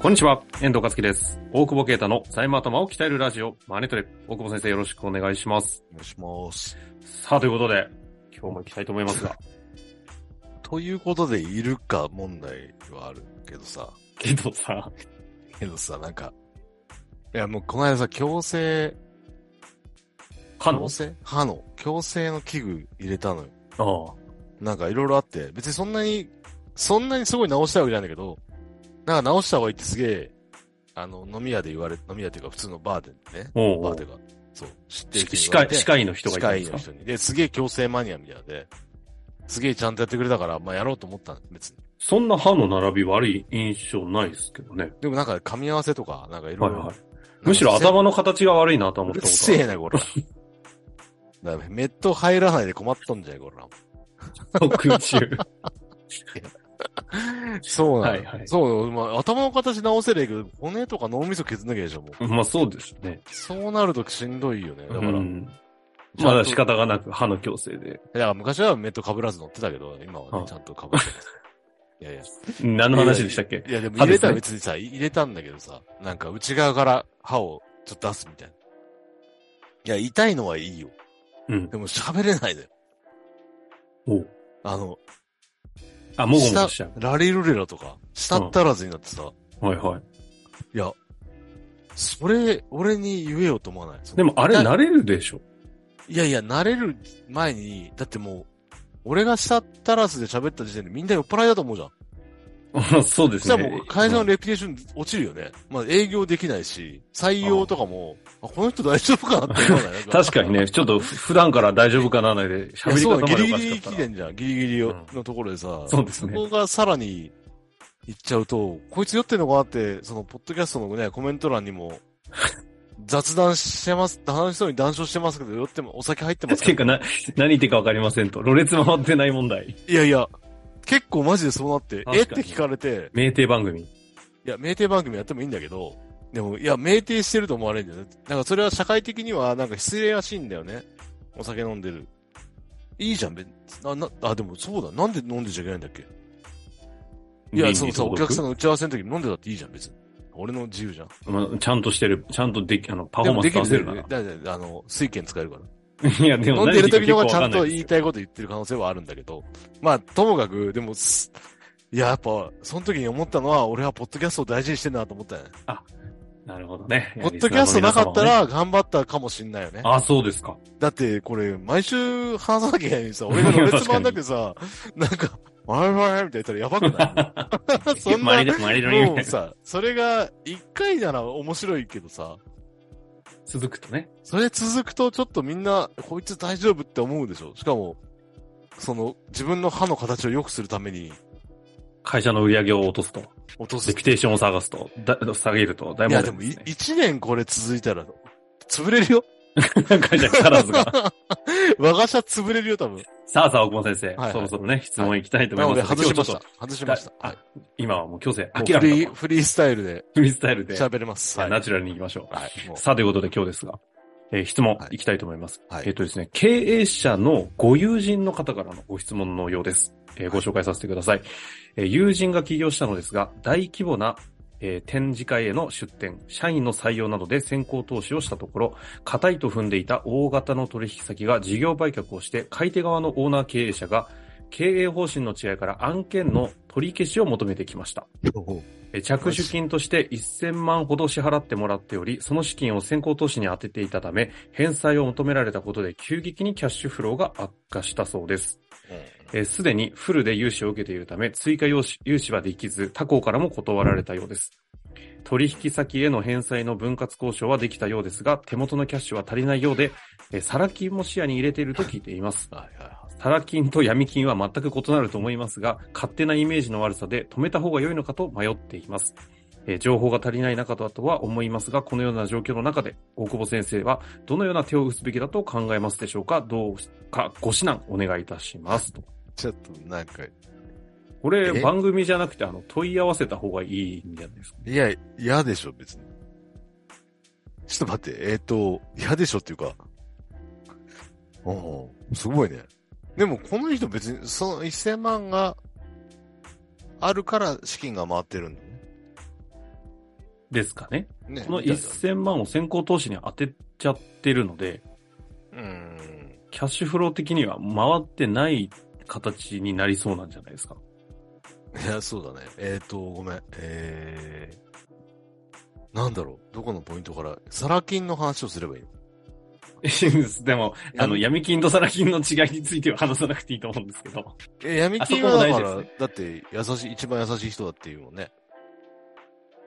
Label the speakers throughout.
Speaker 1: こんにちは、遠藤和樹です。大久保啓太の財務頭を鍛えるラジオ、マネトレ。大久保先生よろしくお願いします。
Speaker 2: お願いします。
Speaker 1: さあ、ということで、今日も行きたいと思い ますが。
Speaker 2: ということで、いるか問題はあるけどさ、
Speaker 1: けどさ、
Speaker 2: けどさ、なんか、いやもうこの間さ、強制、
Speaker 1: 可能
Speaker 2: 強制歯の、強制の器具入れたのよ。
Speaker 1: ああ。
Speaker 2: なんかいろいろあって、別にそんなに、そんなにすごい直したいわけじゃないんだけど、なんか直した方がいいってすげえ、あの、飲み屋で言われ、飲み屋っていうか普通のバーでね、
Speaker 1: おうお
Speaker 2: バー
Speaker 1: う
Speaker 2: で。か、そう、知ってる人
Speaker 1: し
Speaker 2: に
Speaker 1: 歯
Speaker 2: 言われ
Speaker 1: 科
Speaker 2: て
Speaker 1: 歯科医の人がい
Speaker 2: 機
Speaker 1: たんで
Speaker 2: 械
Speaker 1: す
Speaker 2: の
Speaker 1: か
Speaker 2: 人に。で、すげえ強制マニアみたいなので、すげえちゃんとやってくれたから、まあやろうと思ったんです、別に。
Speaker 1: そんな歯の並び悪い印象ないですけどね。
Speaker 2: でもなんか噛み合わせとか、なんかいろ
Speaker 1: はいい
Speaker 2: ろ。
Speaker 1: はい。むしろ
Speaker 2: なんか
Speaker 1: 頭の形が悪いなとは思
Speaker 2: う
Speaker 1: ったこと
Speaker 2: るせえな、これ。だからメット入らないで困っとんじゃい、これ な。
Speaker 1: ある。空中。
Speaker 2: そうなの、
Speaker 1: はいはい
Speaker 2: そう、まあ、頭の形直せればいいけど、骨とか脳みそ削んなきゃいいじゃん、も う。
Speaker 1: まあそうですね。
Speaker 2: そうなるとしんどいよね。だ
Speaker 1: だ
Speaker 2: か。
Speaker 1: からら、
Speaker 2: ちゃんと
Speaker 1: まだ仕方がなく歯の矯正で。
Speaker 2: だから昔はメット被らず乗ってたけど、今は
Speaker 1: う
Speaker 2: ね
Speaker 1: ん、
Speaker 2: ちゃんと被って ます。いやいや。
Speaker 1: 何の話でしたっけ
Speaker 2: いや、でも
Speaker 1: 歯
Speaker 2: 入
Speaker 1: で
Speaker 2: れ
Speaker 1: す
Speaker 2: た
Speaker 1: ね
Speaker 2: ら別にさ、入れたんだけどさ、なんか内側から歯をちょっと出すみたいな。いや、痛いのはいいよ。
Speaker 1: うん。
Speaker 2: でも喋れないだよ。
Speaker 1: おう
Speaker 2: あの、
Speaker 1: あ、もごもごしちゃ
Speaker 2: ラリルレラとか、舌足らずになってさ、
Speaker 1: う。はいはい。
Speaker 2: いや、それ、俺に言えよと思わない。その
Speaker 1: でもあれ
Speaker 2: な
Speaker 1: 慣れるでしょ
Speaker 2: いやいや、慣れる前に、だってもう、俺が舌足らずで喋った時点でみんな酔っ払いだと思うじゃん。
Speaker 1: あ そうで
Speaker 2: そし
Speaker 1: す
Speaker 2: た
Speaker 1: ね。
Speaker 2: らもう会社のレピュテーション落ちるよね。まあ営業できないし、採用とかも、あこの人大丈夫かなって思わない。なん
Speaker 1: 確かにね、ちょっとふ普段から大丈夫かなないで、
Speaker 2: いや
Speaker 1: 喋り
Speaker 2: そ
Speaker 1: 方
Speaker 2: う
Speaker 1: ま
Speaker 2: だ、
Speaker 1: で
Speaker 2: ギ
Speaker 1: おか
Speaker 2: リ
Speaker 1: し
Speaker 2: ギ
Speaker 1: か
Speaker 2: リ
Speaker 1: った
Speaker 2: 来
Speaker 1: ら
Speaker 2: てんじゃん。ギリギリ
Speaker 1: う
Speaker 2: よ
Speaker 1: ん
Speaker 2: のところでさ、
Speaker 1: そうですね
Speaker 2: こがさらに行っちゃうと、こいつ酔ってんのかなって、その、ポッドキャストのね、コメント欄 にも、雑談してます、楽しそうに談笑してますけど、酔っても、お酒入ってます
Speaker 1: て
Speaker 2: け
Speaker 1: いう
Speaker 2: ど。
Speaker 1: かな、何言ってるかわかりませんと。ろれつ回ってない問題。
Speaker 2: いやいや、結構マジでそうなって、
Speaker 1: 確
Speaker 2: えっ
Speaker 1: か
Speaker 2: て
Speaker 1: に
Speaker 2: 聞かれて、
Speaker 1: 名定番組。
Speaker 2: いや、酩酊番組やってもいいんだけど、でも、いや、酩酊してると思われるんだよね。なんかそれは社会的には、なんか失礼らしいんだよね。お酒飲んでる。いいじゃん、別にあ、な、あ、でもそうだ、なんで飲んでちゃいけないんだっけいや、そうそう、お客さん
Speaker 1: ん。
Speaker 2: の打ち合わせの時に飲んでたっていいじゃん、別に。俺の自由じゃん。
Speaker 1: まあちゃんとしてる、ちゃんとでき、あの、パフ
Speaker 2: で
Speaker 1: ォーマ
Speaker 2: も
Speaker 1: ンス
Speaker 2: でき
Speaker 1: 出
Speaker 2: る
Speaker 1: せ
Speaker 2: で
Speaker 1: る
Speaker 2: き
Speaker 1: な
Speaker 2: る
Speaker 1: ら。
Speaker 2: だだだあの、水券使えるから。
Speaker 1: いや、でも
Speaker 2: 飲んでる時の方がちゃんと言い
Speaker 1: い。
Speaker 2: たいこと言ってる可能性はあるんだけど。まあ、ともかく、でも、すいや、やっぱ、その時に思ったのは、俺はポッドキャストを大事にしてんなと思ったよね。
Speaker 1: なるほどね。
Speaker 2: ポッドキャストなかっ
Speaker 1: いや、リスナ
Speaker 2: た
Speaker 1: ーの皆様もね
Speaker 2: ら、頑張ったかもしんないよね。
Speaker 1: あ、そうですか。
Speaker 2: だって、これ、毎週話さなきゃいけないの にさ、俺がロレツ回んなくてさ、なんか、わいわいみたいな言ったらやばくない そんな
Speaker 1: マリドマリドリみ
Speaker 2: も
Speaker 1: た
Speaker 2: う
Speaker 1: いな。
Speaker 2: さ、それが、一回なら面白いけどさ、
Speaker 1: 続くとね。
Speaker 2: それ続くとちょっとみんな、こいつ大丈夫って思うでしょしかも、その、自分の歯の形を良くするために
Speaker 1: 会社の売り上げを落とすと。
Speaker 2: 落とす。
Speaker 1: デ
Speaker 2: い
Speaker 1: クテーションを探すと。だ下げると。だいぶ、
Speaker 2: や、でも、い一年これ続いたら、潰 れるよ。
Speaker 1: 会社からずが。
Speaker 2: 我が社潰れるよ、多分。
Speaker 1: さあさあ、大久保先生、
Speaker 2: はい
Speaker 1: そろそろね、質問いきたいと
Speaker 2: な
Speaker 1: 思
Speaker 2: の
Speaker 1: い
Speaker 2: で、
Speaker 1: ます。
Speaker 2: 外しまし
Speaker 1: 今
Speaker 2: た
Speaker 1: 日ちょっと。
Speaker 2: 外しました。
Speaker 1: あ
Speaker 2: はい。
Speaker 1: 今はもう強制、
Speaker 2: もう
Speaker 1: 諦
Speaker 2: フ
Speaker 1: め
Speaker 2: リ
Speaker 1: た
Speaker 2: ー、。フリースタイルで
Speaker 1: フリースタイルで、
Speaker 2: 喋れます。はい。
Speaker 1: ナチュラルに行きましょ
Speaker 2: はい。も
Speaker 1: う。
Speaker 2: う
Speaker 1: さあ、ということで今日ですが、えー質問
Speaker 2: はい
Speaker 1: いきたいと思います。
Speaker 2: はい
Speaker 1: えっ、とですね、経営者のご友人の方からのご質問のようです。えーご紹介させてください。えー友人が起業したのですが、大規模な、えー展示会への出展、社員の採用などで先行投資をしたところ、固いと踏んでいた大型の取引先が事業売却をして、買い手側のオーナー経営者が、経営方針の違いから案件の取り消しを求めてきました。え着手金として1000万ほど支払ってもらっており、その資金を先行投資に充てていたため、返済を求められたことで急激にキャッシュフローが悪化したそうです。えーすでにフルで融資を受けているため、追加融資融資はできず、他行からも断られたようです。取引先への返済の分割交渉はできたようですが、手元のキャッシュは足りないようで、えーサラ金も視野に入れていると聞いています。
Speaker 2: はいはいはい。
Speaker 1: サラ金と闇金は全く異なると思いますが、勝手なイメージの悪さで止めた方が良いのかと迷っています。えー情報が足りない中だとは思いますが、このような状況の中で、大久保先生はどのような手を打つべきだと考えますでしょうかどうかご指南お願いいたしますと。
Speaker 2: ちょっと、なんか、
Speaker 1: これ、
Speaker 2: え
Speaker 1: 番組じゃなくて、あの、問い合わせた方がいいんじゃないですか。
Speaker 2: いや、嫌でしょ、別に。ちょっと待って、えっ、と、嫌でしょっていうか。うん、すごいね。でも、この人別に、その1000万があるから資金が回ってるんだよね。
Speaker 1: ですかね。
Speaker 2: ね。
Speaker 1: この
Speaker 2: みたいだ
Speaker 1: 1000万を先行投資に当てちゃってるので、
Speaker 2: うーん。
Speaker 1: キャッシュフロー的には回ってない形になりそうなんじゃないですか。
Speaker 2: いや、そうだね。えっ、ー、と、ごめん。えー、なんだろう。どこのポイントから、サラ金の話をすればいいの
Speaker 1: でも、あの、闇金とサラ金の違いについては話さなくていいと思うんですけど。
Speaker 2: え、闇金
Speaker 1: あ
Speaker 2: は
Speaker 1: そこも
Speaker 2: だか
Speaker 1: 大
Speaker 2: ら、
Speaker 1: 事で
Speaker 2: だって、優しい、一番優しい人だっていうもんね。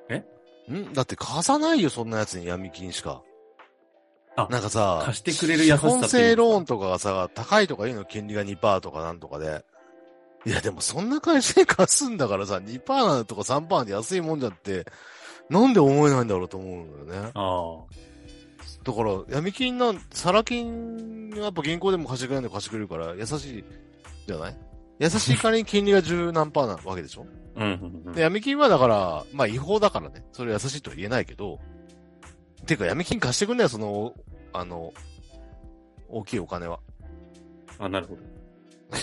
Speaker 1: え
Speaker 2: んだって貸さないよ、そんなやつに闇金しか。
Speaker 1: あ
Speaker 2: なんかさ、
Speaker 1: 貸してくれる優しさっていうんですか
Speaker 2: 資本制ローンとかがさ、高いとかいうの、金利が2%とかなんとかで。いや、でもそんな会社に貸すんだからさ、2%なんとか3%で安いもんじゃって、なんで思えないんだろうと思うんだよね。
Speaker 1: あ
Speaker 2: だから、闇金なん、サラ金はやっぱ銀行でも貸してくれるんで貸してくれるから、優しいじゃない優しい金に金利が十何パーなわけでしょ
Speaker 1: あ。うんうんうん
Speaker 2: で、闇金はだから、まあ違法だからね。それ優しいとは言えないけど、てか闇金貸してくんないよ、その、あの、大きいお金は。
Speaker 1: あ、なるほど。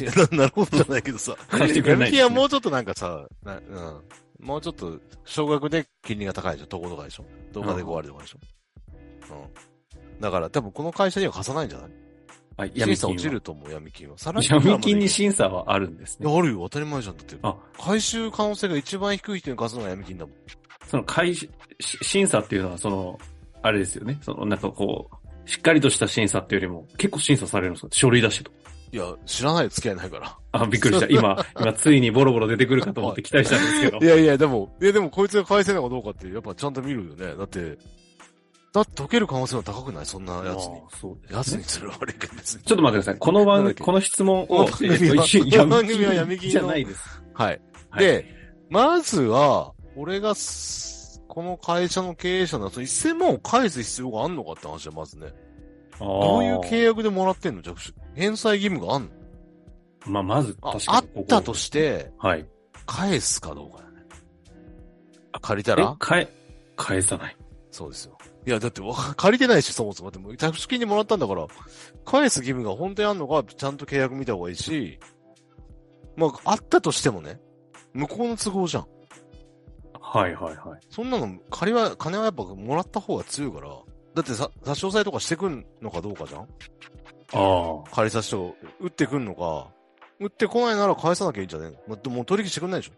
Speaker 2: いや、ななるほどじゃないけどさ。
Speaker 1: 貸してくれない
Speaker 2: 闇金はもうちょっとなんかさ、なうん。もうちょっと、少額で金利が高いでしょ東合とかでしょ動画で5割とかでしょうん。だから多分この会社には貸さないんじゃない
Speaker 1: はい、
Speaker 2: 審査
Speaker 1: は
Speaker 2: 落ちると思う、闇金は。さ
Speaker 1: 闇金に
Speaker 2: し
Speaker 1: 審査はあるんです
Speaker 2: いや、
Speaker 1: ね。
Speaker 2: あるよ、当たり前じゃん、だって。
Speaker 1: あ
Speaker 2: 回収可能性が一番低い人に貸すのが闇金だもん。
Speaker 1: その開始、し審査っていうのは、その、あれですよね。その、なんかこう、しっかりとした審査っていうよりも、結構審査されるんですか書類出してとか。
Speaker 2: いや、知らない、付き合いないから。
Speaker 1: あ、びっく りした。今、今、ついにボロボロ出てくるかと思って期待したんですけど
Speaker 2: い。やいや、でも、いやでもこいつが返せないかどうかって、やっぱちゃんと見るよね。だって、だって溶ける可能性は高くないそんなやつに
Speaker 1: あ。ーそうですね
Speaker 2: やつにするわけ別に。
Speaker 1: ちょっと待ってください。この番
Speaker 2: なんだ
Speaker 1: 組、
Speaker 2: っけ
Speaker 1: この質問
Speaker 2: この
Speaker 1: を、
Speaker 2: 番組は
Speaker 1: えっと、い
Speaker 2: この 番組は闇金の
Speaker 1: じゃないです。
Speaker 2: はい。
Speaker 1: はい
Speaker 2: で、まずは、俺がす、この会社の経営者のその1000万を返す必要があんのかって話はまずね。ど
Speaker 1: ど
Speaker 2: ういう契約でもらってんのじゃあ、返済義務があんの
Speaker 1: まあ、まず、
Speaker 2: あ
Speaker 1: 確
Speaker 2: あ
Speaker 1: か
Speaker 2: っ
Speaker 1: にここ
Speaker 2: たとして、
Speaker 1: はい。
Speaker 2: 返すかどうかだね。借りた
Speaker 1: え
Speaker 2: ら、
Speaker 1: 返、返さない。
Speaker 2: そうですよ。いや、だってわ、借りてないし、そもそも。だってもう、託金にもらったんだから、返す義務が本当にあんのか、ちゃんと契約見た方がいいし、まあ、あったとしてもね、向こうの都合じゃん。
Speaker 1: はいはいはい。
Speaker 2: そんなの、借りは、金はやっぱもらった方が強いから、だってさ、差し押さえとかしてくんのかどうかじゃん
Speaker 1: あ
Speaker 2: 借りさしとか、打ってくんのか、打ってこないなら返さなきゃいいんじゃねえのまあ、でももう取引してくんないでしょ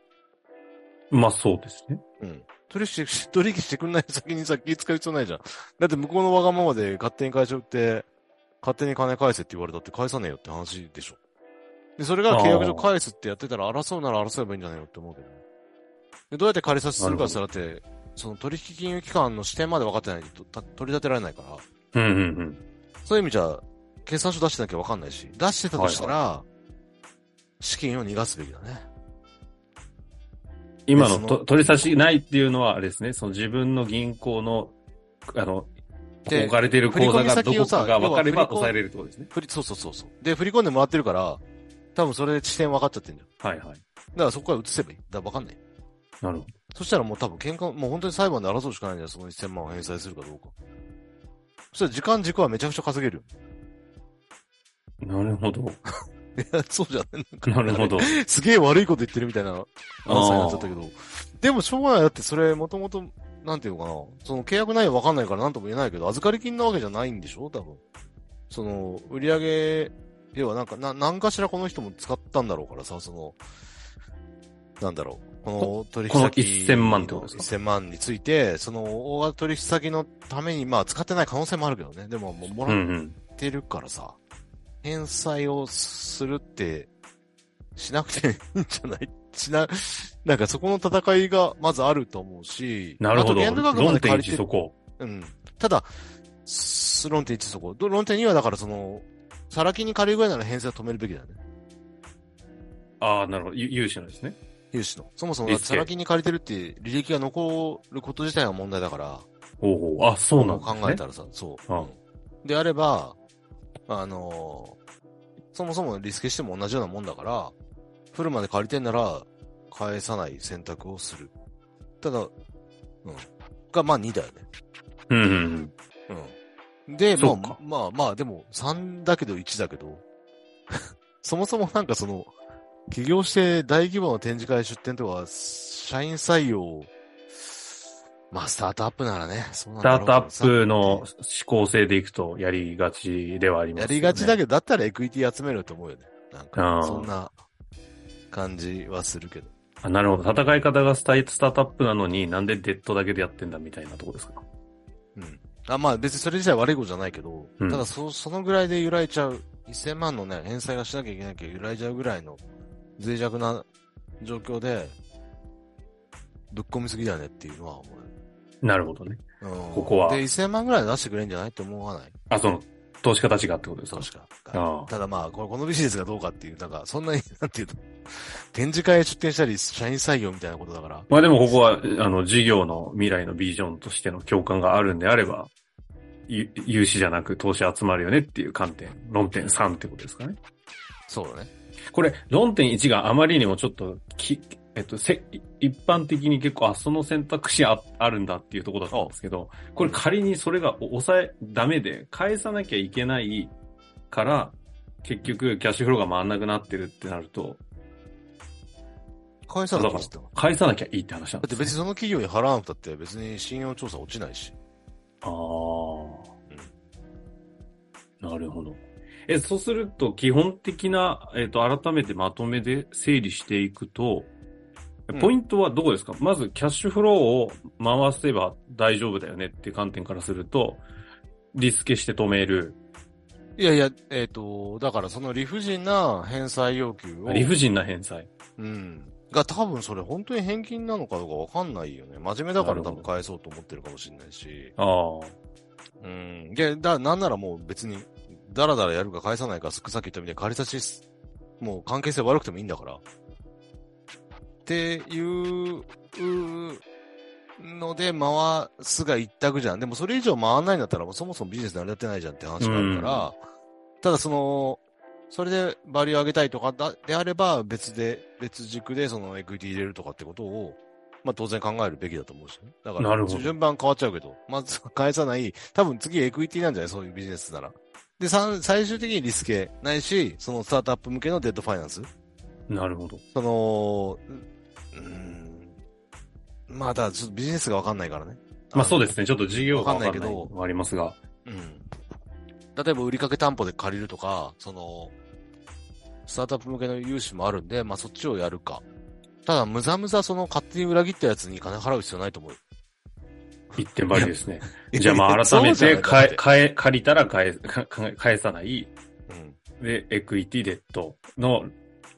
Speaker 1: あ。まあ、そうですね。
Speaker 2: うん。取引して、取引してくんない先にさ、気使う必要ないじゃん。だって向こうのわがままで勝手に会社売って、勝手に金返せって言われたって返さねえよって話でしょ。で、それが契約上返すってやってたら争うなら争えばいいんじゃないよって思うけどね。で、どうやって借りさせするかって言ったらだって、その取引金融機関の視点まで分かってないとた取り立てられないから、
Speaker 1: うんうんうん。
Speaker 2: そういう意味じゃ、決算書出してなきゃ分かんないし、出してたとしたら、資金を逃がすべきだね。
Speaker 1: 今の
Speaker 2: その
Speaker 1: と取り差しないっていうのは、あれですね、その自分の銀行の、あの、
Speaker 2: で
Speaker 1: 置かれている口座が
Speaker 2: 振
Speaker 1: ど
Speaker 2: り込み先を
Speaker 1: こ
Speaker 2: さ
Speaker 1: かが分かれ
Speaker 2: 要は
Speaker 1: ば
Speaker 2: 振り込み
Speaker 1: 抑えれるってことですね。
Speaker 2: 振り、そうそうそうそう。で、振り込んでもらってるから、多分それで地点分かっちゃってんじゃん。
Speaker 1: はいはい。
Speaker 2: だからそこから移せばいい。だから分かんない。
Speaker 1: なるほ
Speaker 2: そしたらもう多分喧嘩、もう本当に裁判で争うしかないんだよ。その1000万を返済するかどうか。そしたら時間軸はめちゃくちゃ稼げるよ。
Speaker 1: ど。なるほど。
Speaker 2: いや、そうじゃない。 なんか
Speaker 1: なるほど。
Speaker 2: すげえ悪いこと言ってるみたいなアンサーになっちゃったけど。でもしょうがない。だってそれもともと、なんていうのかな。その契約内容分かんないからなんとも言えないけど、預かり金なわけじゃないんでしょ多分。その、売り上げ、要はなんか、な、何かしらこの人も使ったんだろうからさ、その、なんだろう。この取引
Speaker 1: この
Speaker 2: 先
Speaker 1: 1000万ってことです
Speaker 2: か ?1000 万について、その、大型取引先のために、まあ、使ってない可能性もあるけどね。でも、もう、
Speaker 1: う
Speaker 2: も
Speaker 1: ん
Speaker 2: ら
Speaker 1: う
Speaker 2: っ
Speaker 1: ん。
Speaker 2: ってるからさ、返済をするって、しなくていいんじゃない しな、なんかそこの戦いがまずあると思うし、
Speaker 1: なるほど。
Speaker 2: あと限度額ま
Speaker 1: 論
Speaker 2: で
Speaker 1: 点
Speaker 2: 借り
Speaker 1: 一
Speaker 2: て
Speaker 1: そ
Speaker 2: る。
Speaker 1: こ。
Speaker 2: うん。ただ、す論点1そこ。ど論点2はだからその、さらきに借りるぐらいなら返済を止めるべきだよね。
Speaker 1: ああ、なるほど。ゆ融資のですね。
Speaker 2: 融資の。そもそ
Speaker 1: いい
Speaker 2: も
Speaker 1: っす
Speaker 2: さ
Speaker 1: ね
Speaker 2: らきに借りてるって履歴が残ること自体が問題だから、
Speaker 1: ほうほう。あ、そうなんですね。
Speaker 2: 考えたらさ、そう。
Speaker 1: うん
Speaker 2: うんであれば、あのーそもそもリスケしても同じようなもんだから、フルまで借りてんなら、返さない選択をする。ただ、うん。が、まあ2だよね。
Speaker 1: うんうんうん。
Speaker 2: うん。で、ま
Speaker 1: そ
Speaker 2: あ
Speaker 1: うか、
Speaker 2: まあまあ、でも3だけど1だけど、 そもそもなんかその、起業して大規模な展示会出展とか、社員採用、まあ、スタートアップならね、そうなん
Speaker 1: ス
Speaker 2: だ
Speaker 1: ター
Speaker 2: ろう
Speaker 1: ト
Speaker 2: け
Speaker 1: ア
Speaker 2: どさ
Speaker 1: ップの思考性でいくとやりがちではあります、
Speaker 2: や
Speaker 1: ね。
Speaker 2: りがちだけど、だったらエクイティ集めると思うよね。なん
Speaker 1: あ
Speaker 2: か、
Speaker 1: ー
Speaker 2: そんな感じはするけど。
Speaker 1: あなるほど。戦い方がスタイスタートアップなのになんでデッドだけでやってんだみたいなとこですか。
Speaker 2: うん。あまあ別にそれ自体悪いことじゃないけど、
Speaker 1: うん
Speaker 2: ただそ、そのぐらいで揺らいちゃう。1000万のね、返済がしなきゃいけないけど、揺らいちゃうぐらいの脆弱な状況で、ぶっ込みすぎだねっていうのは思
Speaker 1: なるほどね。
Speaker 2: う。うん、
Speaker 1: ここは
Speaker 2: で、1000万ぐらい出してくれんじゃないって思わない
Speaker 1: あ、その、投資家たちがってことですか
Speaker 2: 確か。
Speaker 1: ああ
Speaker 2: ただまあ、これこのビジネスがどうかっていう、なんか、そんなに、なんていうの、 展示会へ出展したり、社員採用みたいなことだから、
Speaker 1: まあでもここは、あの、事業の未来のビジョンとしての共感があるんであれば、ゆ融資じゃなく投資集まるよねっていう観点、論点3ってことですかね。
Speaker 2: そうだね。
Speaker 1: これ、論点1があまりにもちょっと、き、えっと、せ、一般的に結構、あ、その選択肢ああるんだっていうところだったんですけど、これ仮にそれがお抑え、ダメで、返さなきゃいけないから、結局、キャッシュフローが回んなくなってるってなると、
Speaker 2: 返さ
Speaker 1: だ
Speaker 2: な
Speaker 1: から
Speaker 2: きゃいいってだ、
Speaker 1: 返さなきゃいいって話なん
Speaker 2: っ
Speaker 1: で
Speaker 2: て
Speaker 1: すね
Speaker 2: 別にその企業に払わなくたって別に信用調査落ちないし。
Speaker 1: ああ、なるほど。え、そうすると、基本的な、えっ、と、改めてまとめで整理していくと
Speaker 2: うん、
Speaker 1: ポイントはどこですか、まず、キャッシュフローを回せば大丈夫だよねっていう観点からすると、リスケして止める。
Speaker 2: いやいや、えっ、と、だからその理不尽な返済要求を。
Speaker 1: 理不尽な返済。
Speaker 2: うん。が多分それ本当に返金なのかどうかわかんないよね。真面目だから
Speaker 1: なる
Speaker 2: 多
Speaker 1: ほ
Speaker 2: 分
Speaker 1: ど
Speaker 2: 返そうと思ってるかもしれないし。
Speaker 1: ああ、
Speaker 2: うん。いや、だ、なんならもう別に、だらだらやるか返さないか、さっき言ったみたいに借り差し、もう関係性悪くてもいいんだから。っていう、うので、回すが一択じゃん。でもそれ以上回んないんだったら、もうそもそもビジネス成り立ってないじゃんって話があるから、ただその、それでバリュー上げたいとかだであれば、別で、別軸でそのエクイティ入れるとかってことを、まあ当然考えるべきだと思うしね。だか
Speaker 1: な
Speaker 2: ら
Speaker 1: る、ほど
Speaker 2: 順番変わっちゃうけど、まず返さない、多分次エクイティなんじゃないそういうビジネスなら。で、三最終的にリスケないし、そのスタートアップ向けのデッドファイナンス。
Speaker 1: なるほど。
Speaker 2: その、ううん、まあ、だからちょっとビジネスがわかんないからね。。
Speaker 1: まあそうですすね。ちょっと事業がわかんない
Speaker 2: わかんないけど
Speaker 1: のはありますが。
Speaker 2: うん。例えば、売りかけ担保で借りるとか、その、スタートアップ向けの融資もあるんで、まあそっちをやるか。ただ、むざむざその勝手に裏切ったやつに金払う必要ないと思う。
Speaker 1: 一点張りですね。じゃあまあ改め
Speaker 2: そうじゃない
Speaker 1: て、かえ、
Speaker 2: だって
Speaker 1: かえ、借りたら返、かか返さない。
Speaker 2: うん。
Speaker 1: で、エクイティ、デッドの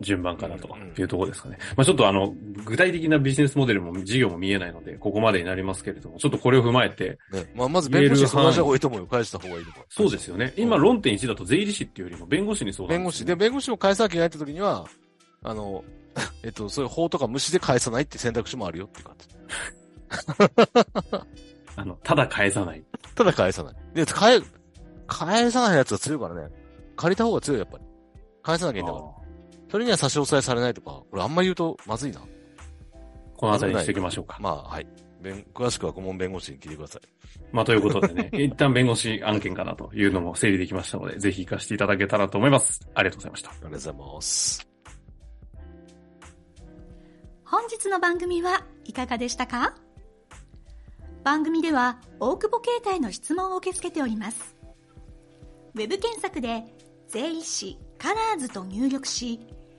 Speaker 1: 順番かなと
Speaker 2: うんうん
Speaker 1: いうところですかね。まあちょっとあの、具体的なビジネスモデルも事業も見えないので、ここまでになりますけれども、ちょっとこれを踏まえて、
Speaker 2: ね、まあ、まず弁護士に相談した方がいいと思うよ。返した方がいいと思う。
Speaker 1: そうですよね。今論点1だと税理士っていうよりも弁護士に相談
Speaker 2: 弁護士。
Speaker 1: で
Speaker 2: で、
Speaker 1: すね、
Speaker 2: 弁護士を返さなきゃいけないって時には、あの、 えっと、そういう法とか無視で返さないって選択肢もあるよっていう感じ。
Speaker 1: あの、ただ返さない。
Speaker 2: ただ返さない。で、返、返さないやつが強いからね。借りた方が強い、やっぱり。返さなきゃいけないから。
Speaker 1: あ
Speaker 2: それには差し押さえされないとか、これあんま言うとまずいな。
Speaker 1: ーこの辺りにしておきましょうか。
Speaker 2: まあ、はい。弁詳しくは顧問弁護士に聞いてください。
Speaker 1: まあ、ということで ね、一旦弁護士案件かなというのも整理できましたので、ぜひ活かしていただけたらと思います。ありがとうございました。
Speaker 2: ありがとうございます。
Speaker 3: 本日の番組はいかがでしたか番組では大久保携帯の質問を受け付けております。ウェブ検索で税理士カラーズと入力し、